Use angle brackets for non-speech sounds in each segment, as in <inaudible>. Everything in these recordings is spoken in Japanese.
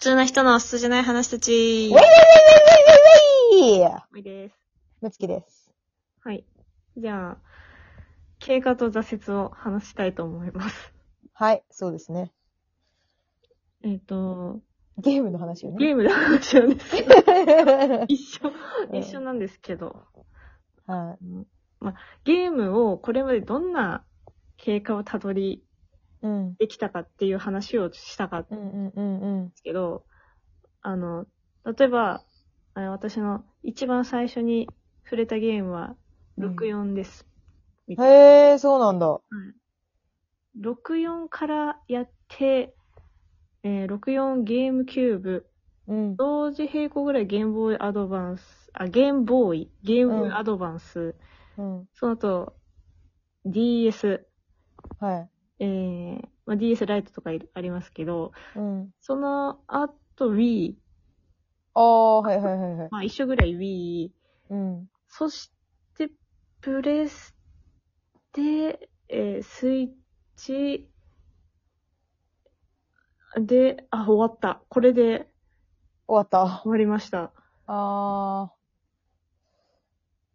通な人の素じゃない話たち。ウェイウェイウェイウェイウェイウェイはいです。むつきです。はい。じゃあ、経過と挫折を話したいと思います。 <laughs> はい、そうですね。えっ、と、ゲームの話よね。ゲームの話なんです。ー一緒、一緒なんですけど。はゲームをこれまでどんな経過をたどりい。うん。できたかっていう話をしたかったんでうんうんうんうん。すけど、あの、例えば、あの私の一番最初に触れたゲームは64です。へえ、そうなんだ。 64からやって、えー64ゲームキューブ、うん。同時並行ぐらいゲームボーイアドバンス、あ、ゲームボーイ、ゲームボーイアドバンス、うん。その後、DS、はい。えーまあ、DS ライトとかいありますけど、うん。その後 Wii、ああ、はいはいはいはい。まあ一緒ぐらい Wii、うん。そして、プレステ、えースイッチ、で、あ、終わった。これで終わった。終わりました。あー。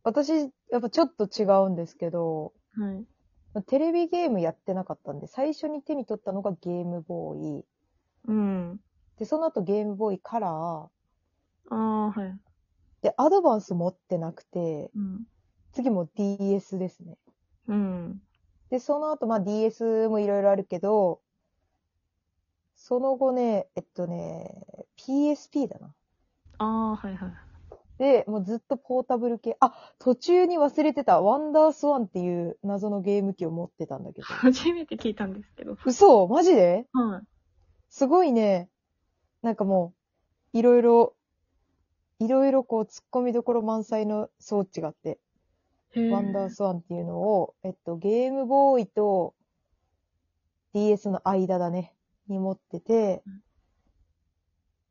私、やっぱちょっと違うんですけど、はい。テレビゲームやってなかったんで、最初に手に取ったのがゲームボーイ。うん。で、その後ゲームボーイカラー。ああ、はい。で、アドバンス持ってなくて、うん。次も DS ですね。うん。で、その後、まあ DS もいろいろあるけど、その後ね、えっとね、PSP だな。ああ、はいはい。で、もうずっとポータブル系。あ、途中に忘れてた。ワンダースワンっていう謎のゲーム機を持ってたんだけど。初めて聞いたんですけど。嘘マジではい。すごいね。なんかもう、いろいろ、いろいろこう、突っ込みどころ満載の装置があって。へーワンダースワンっていうのを、えっと、ゲームボーイと DS の間だね、に持っててうん、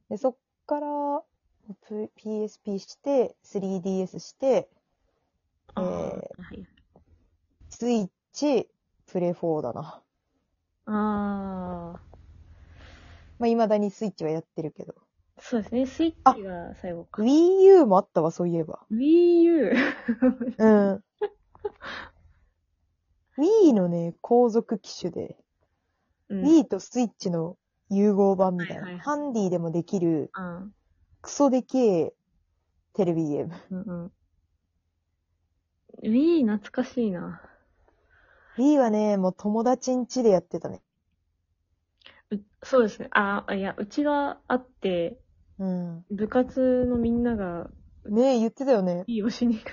で、そっからプ PSP して、3DS して、あーえはい。スイッチ、プレ4だな。ああ、まあ、未だにスイッチはやってるけど。そうですね。スイッチが最後か。 Wii U もあったわ、そういえば。 Wii U。うん。Wii のね、後続機種で、うん。 Wii とスイッチの融合版みたいはいはいな、ハンディでもできる、あークソでけえテレビゲーム。うんうん。Wii 懐かしいな。 B はね、もう友達ん家でやってたね。うそうですね。ああ、いや、うちがあって、うん。部活のみんながねえ、言ってたよね。 Wii をしに行 <laughs> く。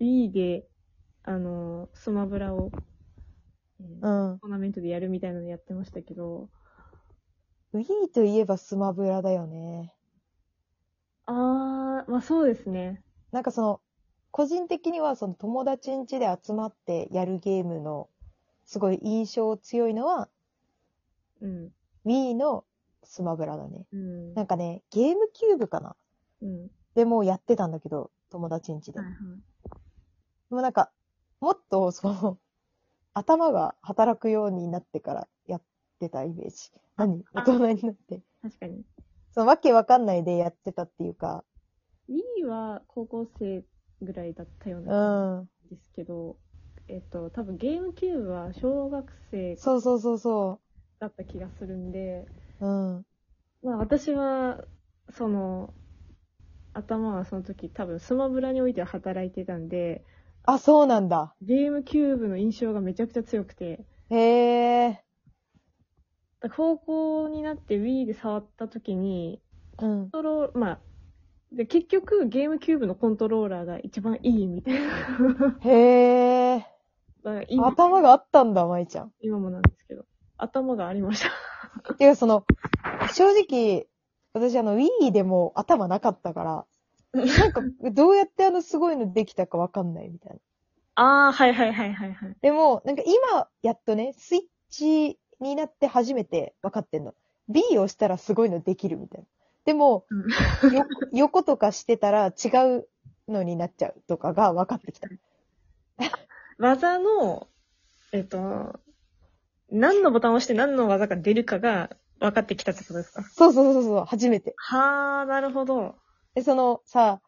Wii で、あの、スマブラを、えーうん。トーナメントでやるみたいなのやってましたけど、 Wii といえばスマブラだよね。ああ、まあそうですね。なんかその、個人的にはその友達ん家で集まってやるゲームの、すごい印象強いのは、うん。 Wii のスマブラだね。うん。なんかね、ゲームキューブかなうん。でもうやってたんだけど、友達ん家で。はいはでい。もなんか、もっとその、 <laughs> 頭が働くようになってからやってたイメージ。何あ大人になって。確かに。そのわけわかんないでやってたっていうか、 Wii は高校生ぐらいだったよううな。ん。ですけど、えっと、多分ゲームキューブは小学生そうそうそうそだった気がするんで、う。うん。まあ私は、その、頭はその時多分スマブラにおいては働いてたんで、あ、そうなんだ。ゲームキューブの印象がめちゃくちゃ強くて、へえ。だから高校になって Wii で触った時に、うん。コントロール、まあ、で結局ゲームキューブのコントローラーが一番いいみたいな。へえ。だから今頭があったんだ、舞ちゃん。今もなんですけど、頭がありました。ていうか、その、正直、私あの、Wii でも頭なかっ <laughs> たから、なんか、どうやってあのすごいのできたかわかんないみたいな。ああ、はいはいはいはいはい。でも、なんか今、やっとね、スイッチになって初めて分かってんの。B を押したらすごいのできるみたいな。でも、よ横とかしてたら違うのになっちゃうとかが分かってきた。技の、えっと、何のボタンを押して何の技が出るかが分かってきたってことですかそうそうそうそう、初めて。はあ、なるほど。で、そのさ、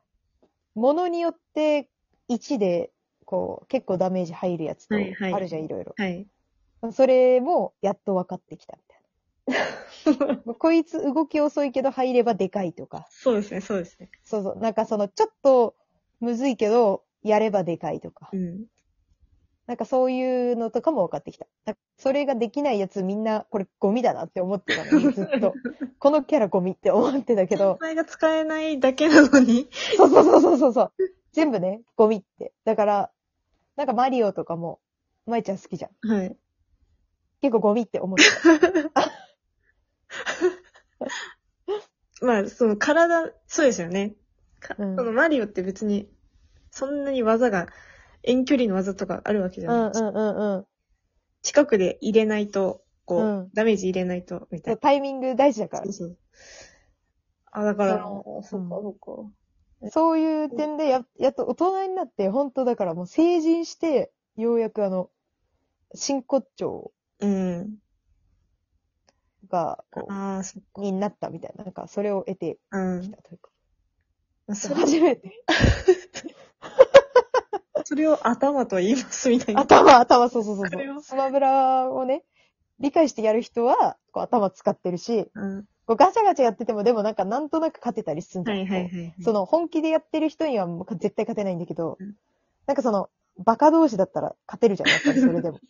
ものによって1で、こう、結構ダメージ入るやつと、あはいはいるじゃん、いろいろ。はい。それも、やっと分かってきたみたい <laughs> な。もうこいつ動き遅いけど入ればでかいとか。そうですね、そうですね。そうそう。なんかその、ちょっと、むずいけど、やればでかいとかう。ん。なんかそういうのとかも分かってきた。なんかそれができないやつみんな、これゴミだなって思ってた <laughs> のに、ずっと。このキャラゴミって思ってたけど素。材が使えないだけなのに。そうそうそうそうそうそう。全部ね、ゴミって。だから、なんかマリオとかも、舞ちゃん好きじゃん。 <laughs> はい。結構ゴミって思ってた。まあ、その体、そうですよね。かうんそのマリオって別に、そんなに技が、遠距離の技とかあるわけじゃうない。んうんうんうん。近くで入れないと、こう、うんダメージ入れないと、みたそいうな。タイミング大事だからそう。そう。あ、だから、そそそっかっか、そっか。そういう点でや、やっと大人になって、本当だからもう成人して、ようやくあの、真骨頂うん。が、こああ、そっう、になったみたいな、なんかそれを得てか。うきん。たというか。それ、初めて。それを頭と言います、みたいな。頭、頭、そうそうそうこれそう。をスマブラをね、理解してやる人は、こう頭使ってるし、うん。こうガチャガチャやってても、でもなんかなんとなく勝てたりすんじはゃん。いはいはい。 <laughs> その本気でやってる人にはもう絶対勝てないんだけど、うんなんかその、バカ同士だったら勝てるじゃん、やっぱりそれでも。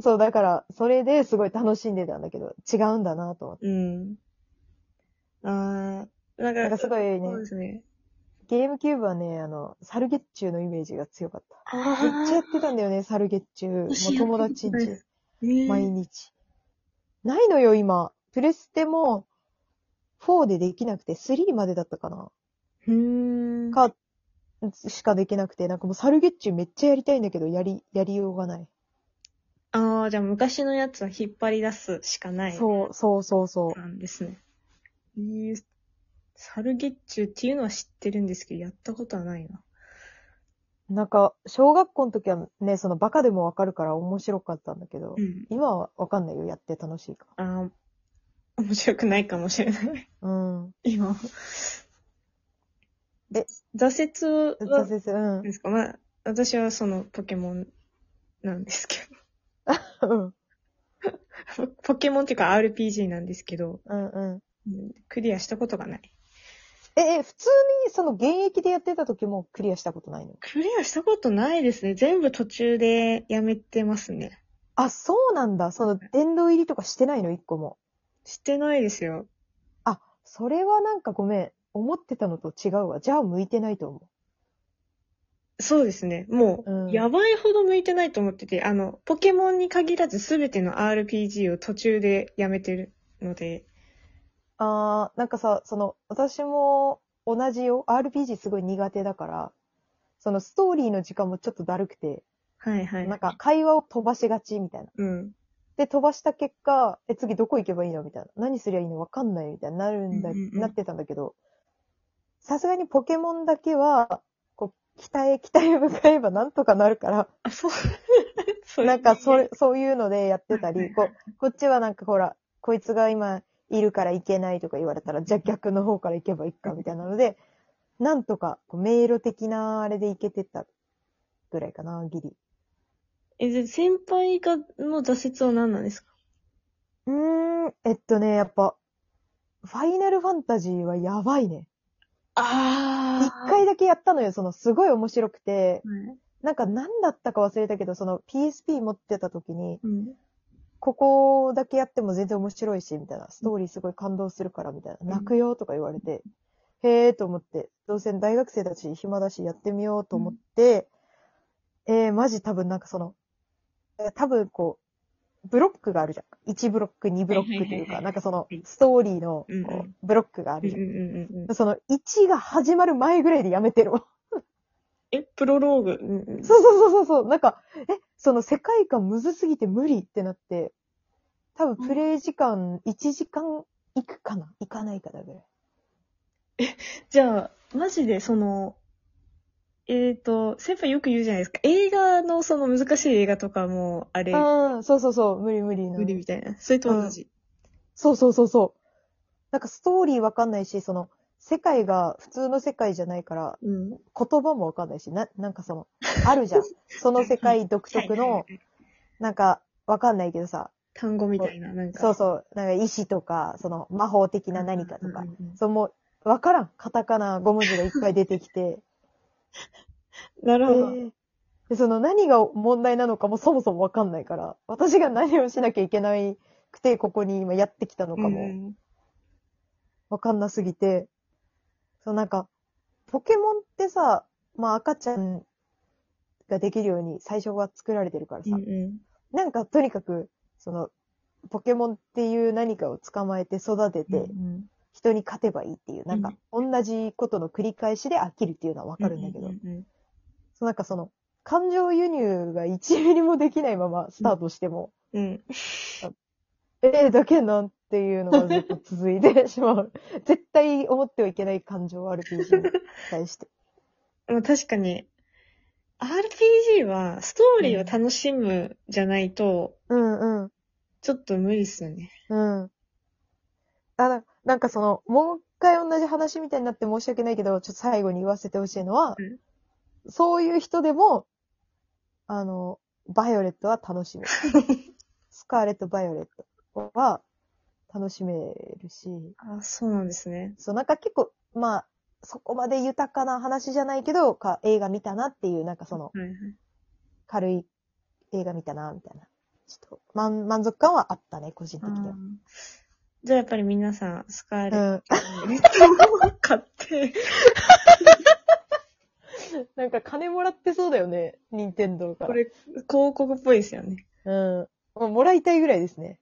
そう、だから、それですごい楽しんでたんだけど、違うんだなと思って。うん。ああ、なんか、なんかすごいね <laughs> そうですね。ゲームキューブはね、あの、サルゲッチュのイメージが強かった。あめっちゃやってたんだよね、サルゲッチュ。もう友達ん私やってちな、え毎日。ないのよ、今。プレステも、4でできなくて、3までだったかな。うーん。か、しかできなくて、なんかもうサルゲッチュめっちゃやりたいんだけど、やり、やりようがない。ああ、じゃあ昔のやつは引っ張り出すしかない。そう、そうそうそう。なんですね。えー、サルゲッチュっていうのは知ってるんですけど、やったことはないな。なんか、小学校の時はね、そのバカでもわかるから面白かったんだけど、うん。今はわかんないよ、やって楽しいかああ、面白くないかもしれない。 <laughs> ら。うん。今。え、挫折は、挫折、うんですかまあ、私はそのポケモンなんですけうん。ど。 <laughs> ポケモンっていうか RPG なんですけど、 <laughs> うんうん。うんクリアしたことがない。え、え、普通にその現役でやってた時もクリアしたことないのクリアしたことないですね。全部途中でやめてますね。あ、そうなんだ。その殿堂入りとかしてないの、一個も。してないですよ。あ、それはなんかごめん。思ってたのと違うわ。じゃあ向いてないと思そうですね。もう、うんやばいほど向いてないと思ってて、あの、ポケモンに限らず全ての RPG を途中でやめてるので、う。あー、なんかさ、その、私も同じよ。RPG すごい苦手だから、そのストーリーの時間もちょっとだるくて、はいはい。なんか、会話を飛ばしがちみたいな。うん。で、飛ばした結果、え、次どこ行けばいいのみたいな。何すりゃいいのわかんないみたいになるんだ、うんうんうんなってたんだけど、さすがにポケモンだけは、こう、北へ北へ向かえばなんとかなるから、あ、 <laughs> そう。そなんかそれ。れ、そういうのでやってたり、こう、こっちはなんかほら、こいつが今いるから行けないとか言われたら、じゃあ逆の方から行けばいいかみたいなので、なんとか、こう迷路的なあれで行けてたぐらいかな、ギリ。え、じゃあ先輩が、の挫折は何なんですかうーん、えっとね、やっぱ、ファイナルファンタジーはやばいね。一あ回だけやったのよ、その、すごい面白くて、はい。なんか何だったか忘れたけど、その PSP 持ってた時に、うん。ここだけやっても全然面白いし、みたいな、ストーリーすごい感動するから、みたいな、泣くよとか言われて、へえーと思って、どうせ大学生たち暇だしやってみようと思って、えー、マジ多分なんかその、えー多分こう、ブロックがあるじゃん。1ブロック、2ブロックってはいはいはいういはか、いなんかそのはい、ストーリーのうんうんこうブロックがあうんるうんじゃん。うんうん。その1が始まる前ぐらいでやめてるもん。え、プロローグ。うんうん。そうそうそうそうそう。なんか、え、その世界観むずすぎて無理ってなって、多分プレイ時間1時間いくかな行かないかだぐらい。じゃあ、マジでその、えっ、と、先輩よく言うじゃないですか。映画のその難しい映画とかも、あれ、ああ、そうそうそう、無理無理な。無理みたいな。それと同じ。そうそうそうそう。なんかストーリーわかんないし、その、世界が普通の世界じゃないから、うん。言葉もわかんないし、な、なんかその、ある <laughs> じゃん。その世界独特はいはいはの、いなんか、わかんないけどさ、単語みたいな、なんか。そうそう、なんか意志とか、その魔法的な何かとかうん、うんうんそのもう、わからん。カタカナ5文字がいっぱい出てき <laughs> て、なるほど。ででその何が問題なのかもそもそもわかんないから、私が何をしなきゃいけないくて、ここに今やってきたのかも。うんわかんなすぎて、そうなんか、ポケモンってさ、まあ赤ちゃんができるように最初は作られてるからうさ、んなんかとにかく、その、ポケモンっていう何かを捕まえて育てて、うん人に勝てばいいっていう、なんか、同じことの繰り返しで飽きるっていうのはわかるんだけど、ううんうんそうなんかその、感情輸入が1ミリもできないままスタートしても、うん。ええだけなんていうのがずっと続いてしまう。絶対思ってはいけない感情を RPG に対して。まあ確かに、RPG は、ストーリーを楽しむじゃないと、うんうん。ちょっと無理っすよね。うん。あ、ななんかその、もう一回同じ話みたいになって申し訳ないけど、ちょっと最後に言わせてほしいのは、うんそういう人でも、あの、バイオレットは楽 <laughs> しめる。スカーレット・バイオレットは楽しめるし、あそうなんですね。そう、なんか結構、まあ、そこまで豊かな話じゃないけど、か映画見たなっていう、なんかそはの、いはい。軽い映画見たな、みたいな。ちょっと、満満足感はあったね、個人的には。うんじゃあやっぱり皆さん、スカーレッうん。トを買って、なんか金もらってそうだよね、任天堂かこれ、広告っぽいですよね。ら。うん。もうもらいたいぐらいですね。